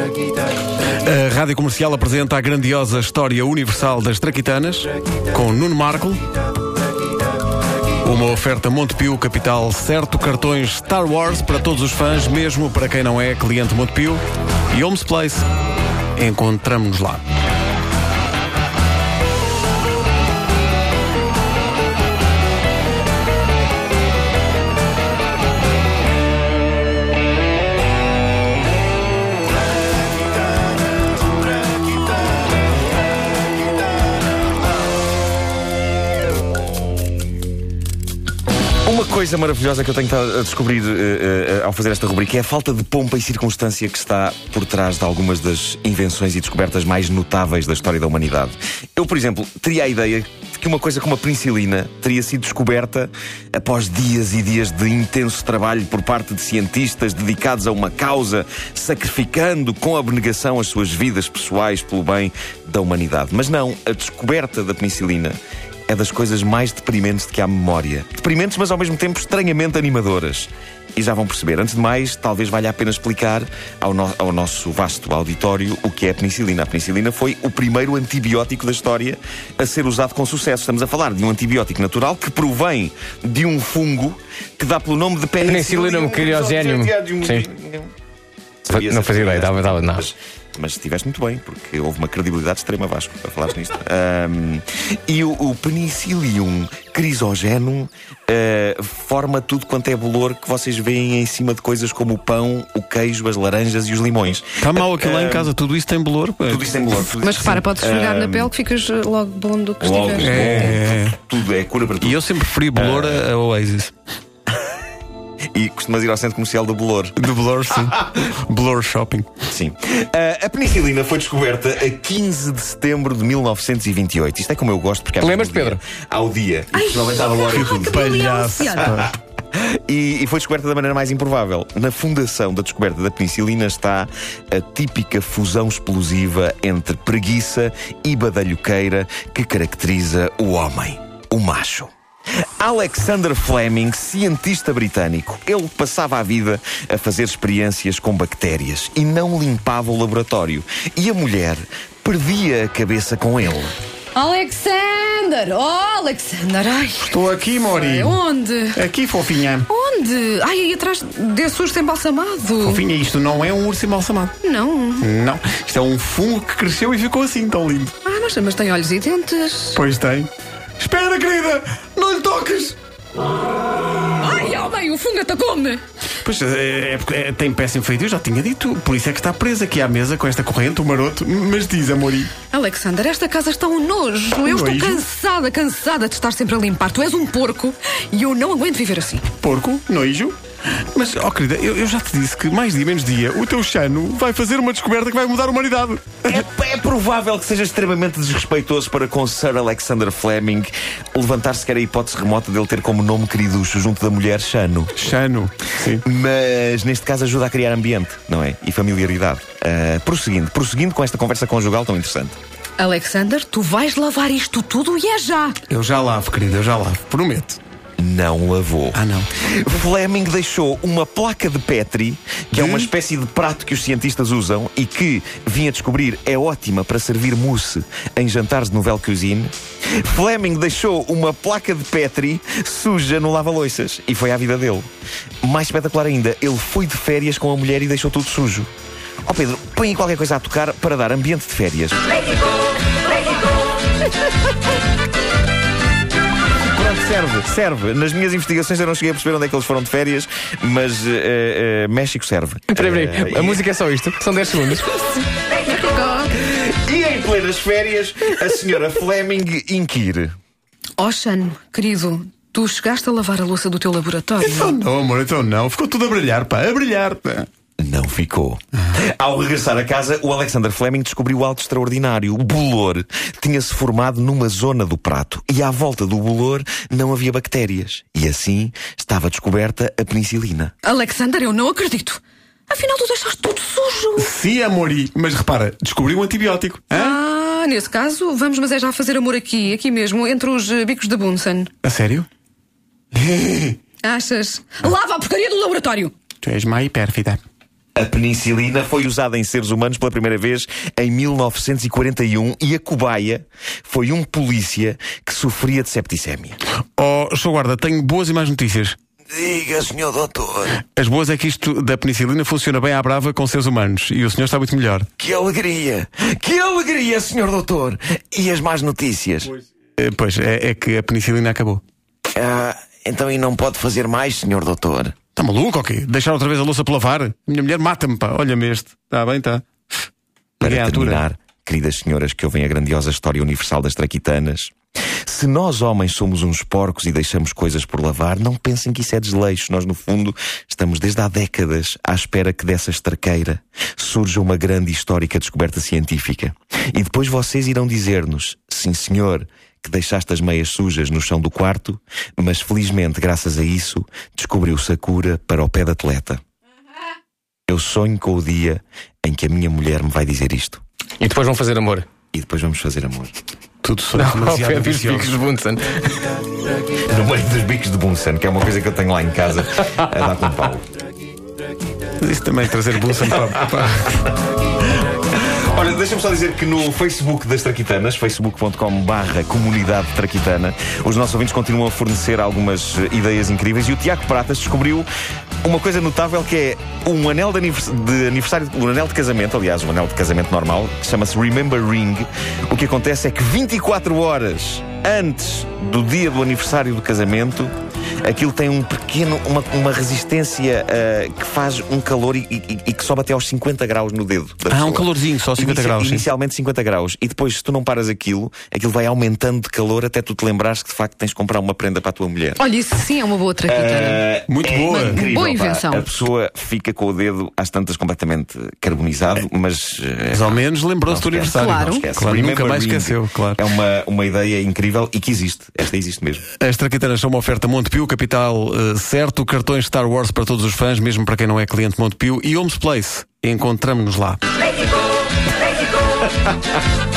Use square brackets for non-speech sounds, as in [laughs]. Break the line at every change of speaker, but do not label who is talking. A Rádio Comercial apresenta a grandiosa história universal das Traquitanas com Nuno Marco. Uma oferta Montepio, capital certo, cartões Star Wars para todos os fãs, mesmo para quem não é cliente Montepio. E Homes Place, encontramos-nos lá.
Uma coisa maravilhosa que eu tenho estado a descobrir eh, eh, ao fazer esta rubrica é a falta de pompa e circunstância que está por trás de algumas das invenções e descobertas mais notáveis da história da humanidade. Eu, por exemplo, teria a ideia de que uma coisa como a penicilina teria sido descoberta após dias e dias de intenso trabalho por parte de cientistas dedicados a uma causa, sacrificando com abnegação as suas vidas pessoais pelo bem da humanidade. Mas não, a descoberta da penicilina é das coisas mais deprimentes de que há memória. Deprimentes, mas ao mesmo tempo estranhamente animadoras. E já vão perceber. Antes de mais, talvez valha a pena explicar ao, no- ao nosso vasto auditório o que é a penicilina. A penicilina foi o primeiro antibiótico da história a ser usado com sucesso. Estamos a falar de um antibiótico natural que provém de um fungo que dá pelo nome de penicillium.
Penicillium cryogenium. Sim.
Sabia,
Não fazia
sabia.
ideia, dava- dava- não.
Mas, mas estiveste muito bem, porque houve uma credibilidade extrema, Vasco, para falares nisto. Ahm, e o, o penicillium crisogeno eh, forma tudo quanto é bolor que vocês veem em cima de coisas como o pão, o queijo, as laranjas e os limões.
Está mal aquilo lá em casa, tudo isso tem bolor. pá.
Tudo isto tem bolor. tudo
Mas
isto-
repara, podes esfregar na pele que ficas eh, logo bom do que
Logo,
estiveres.
É.
bom, tudo é cura para tudo.
E eu sempre preferi bolor a a Oasis.
E costumas ir ao centro comercial do bolor.
De bolor, sim. [laughs] bolor shopping.
Sim. Ah, a penicilina foi descoberta a 15 de setembro de 1928. Isto é como eu gosto, porque acho que
Lembras-te,
ao dia-
Pedro?
Ao dia. E
É.
Principalmente à hora e tudo.
Palhaço. pá.
E, e foi descoberta da maneira mais improvável. Na fundação da descoberta da penicilina está a típica fusão explosiva entre preguiça e badalhoqueira que caracteriza o homem, o macho. Alexander Fleming, cientista britânico, ele passava a vida a fazer experiências com bactérias e não limpava o laboratório. E a mulher perdia a cabeça com ele.
Alexander! Oh, Alexander! Ai,
Estou aqui, Mori.
é onde?
Aqui, fofinha.
Onde? Ai, aí atrás desse urso embalsamado.
Fofinha, isto não é um urso embalsamado.
Não.
Não. Isto é um fungo que cresceu e ficou assim, tão lindo.
Ah, mas, mas tem olhos e dentes.
Pois tem. Espera, querida! Não lhe toques!
Ai, homem, o fungo atacou-me!
Pois é, é porque, é, tem péssimo feito, eu já tinha dito. Por isso é que está presa aqui à mesa com esta corrente, o maroto. Mas diz, Amori.
Alexander, esta casa está um nojo. Eu estou
Nojo?
cansada, cansada de estar sempre a limpar. Tu és um porco e eu não aguento viver assim.
Porco, noijo. Mas, ó querida, eu, eu já te disse que mais dia menos dia o teu Xano vai fazer uma descoberta que vai mudar a humanidade.
É, é provável que seja extremamente desrespeitoso para com Sir Alexander Fleming levantar sequer a hipótese remota dele ter como nome queriducho junto da mulher Chano.
Xano. Sim.
Mas neste caso ajuda a criar ambiente, não é? E familiaridade. Ah, prosseguindo, prosseguindo com esta conversa conjugal tão interessante.
Alexander, tu vais lavar isto tudo e é já.
Eu já lavo, querida, eu já lavo. Prometo.
Não lavou.
Ah, não.
Fleming deixou uma placa de Petri, que é uma espécie de prato que os cientistas usam e que, vim a descobrir, é ótima para servir mousse em jantares de nouvelle cuisine. Fleming deixou uma placa de Petri suja no lava-loiças e foi à vida dele. Mais espetacular ainda, ele foi de férias com a mulher e deixou tudo sujo. Ó Pedro, põe aí qualquer coisa a tocar para dar ambiente de férias. Pronto, serve, serve. Nas minhas investigações eu não cheguei a perceber onde é que eles foram de férias, mas eh, eh, México serve.
[laughs] Peraí,
Eh,
peraí. A
e-
música é só isto. São 10 segundos.
E em plenas férias, a senhora Fleming inquire.
Oh, Xano, querido, tu chegaste a lavar a louça do teu laboratório.
Então não, amor, então não. Ficou tudo a brilhar, pá, a brilhar. Pá.
Não ficou. Ao regressar a casa, o Alexander Fleming descobriu algo extraordinário. O bolor tinha-se formado numa zona do prato e à volta do bolor não havia bactérias. E assim estava descoberta a penicilina.
Alexander, eu não acredito. Afinal, tu deixaste tudo sujo.
Sim, amori. Mas repara, descobriu um antibiótico. Hã?
Ah, nesse caso, vamos, mas é já fazer amor aqui, aqui mesmo, entre os eh, bicos de Bunsen.
A sério?
Achas? Lava a porcaria do laboratório!
Tu és má e pérfida.
A A penicilina foi usada em seres humanos pela primeira vez em 1941 e a cobaia foi um polícia que sofria de septicémia.
Oh, Sr. Guarda, tenho boas e más notícias.
Diga, senhor doutor,
As boas é que isto da penicilina funciona bem à brava com seres humanos e o senhor está muito melhor.
que alegria! Que alegria, senhor doutor! E as más notícias?
Eh, Pois, é, é que a penicilina acabou.
Ah, então e não pode fazer mais, senhor doutor?
Está Tá maluco, ok? Deixar outra vez a louça para lavar? Minha mulher mata-me, pá. Olha-me este. Está bem, está.
Para
Ninguém à é altura.
terminar, queridas senhoras que ouvem a grandiosa história universal das traquitanas, se nós homens somos uns porcos e deixamos coisas por lavar, não pensem que isso é desleixo. Nós, no fundo, estamos desde há décadas à espera que dessa estraqueira surja uma grande e histórica descoberta científica. E depois vocês irão dizer-nos, sim senhor, que deixaste as meias sujas no chão do quarto, mas felizmente, graças a isso, descobriu-se a cura para o pé de atleta. Eu sonho com o dia em que a minha mulher me vai dizer isto.
E depois vão fazer amor.
E depois vamos fazer amor.
Tudo
[laughs]
só
Ao
demasiado
pé dos
ambicioso.
picos de Bunsen.
No meio dos bicos de Bunsen, que é uma coisa que eu tenho lá em casa a dar com pau.
Isso também é trazer bolsa para, para...
Olha, deixa-me só dizer que no Facebook das Traquitanas, facebook.com barra comunidade traquitana, os nossos ouvintes continuam a fornecer algumas eh, ideias incríveis e o Tiago Pratas descobriu uma coisa notável que é um anel de anivers- de aniversário, um anel de casamento, aliás, um anel de casamento normal, que chama-se Remember Ring. O que acontece é que 24 horas antes do dia do aniversário do casamento, aquilo tem um pequeno, uma, uma resistência eh, que faz um calor e, e- e que sobe até aos 50 graus no dedo. da
Ah, um
pessoa.
calorzinho, só 50
Inicia-
graus, sim.
Inicialmente 50 graus. E depois, se tu não paras aquilo, aquilo vai aumentando de calor até tu te lembrares que de facto tens de comprar uma prenda para a tua mulher.
Olha, isso sim é uma boa traquitana.
Ah,
Muito boa.
Boa
pá.
invenção.
A pessoa fica com o dedo às tantas completamente carbonizado, mas. eh,
Mas ao menos lembrou-se do
não esquece,
É. aniversário.
Claro.
não esquece.
Claro,
Remember
nunca mais
Ring
esqueceu, claro.
É uma, uma ideia incrível e que existe. Esta existe mesmo.
As traquitanas são uma oferta Montepio, capital eh, certo, cartões Star Wars para todos os fãs, mesmo para quem não é cliente Montepio e Homes Place. Encontramos-nos lá.
México, México,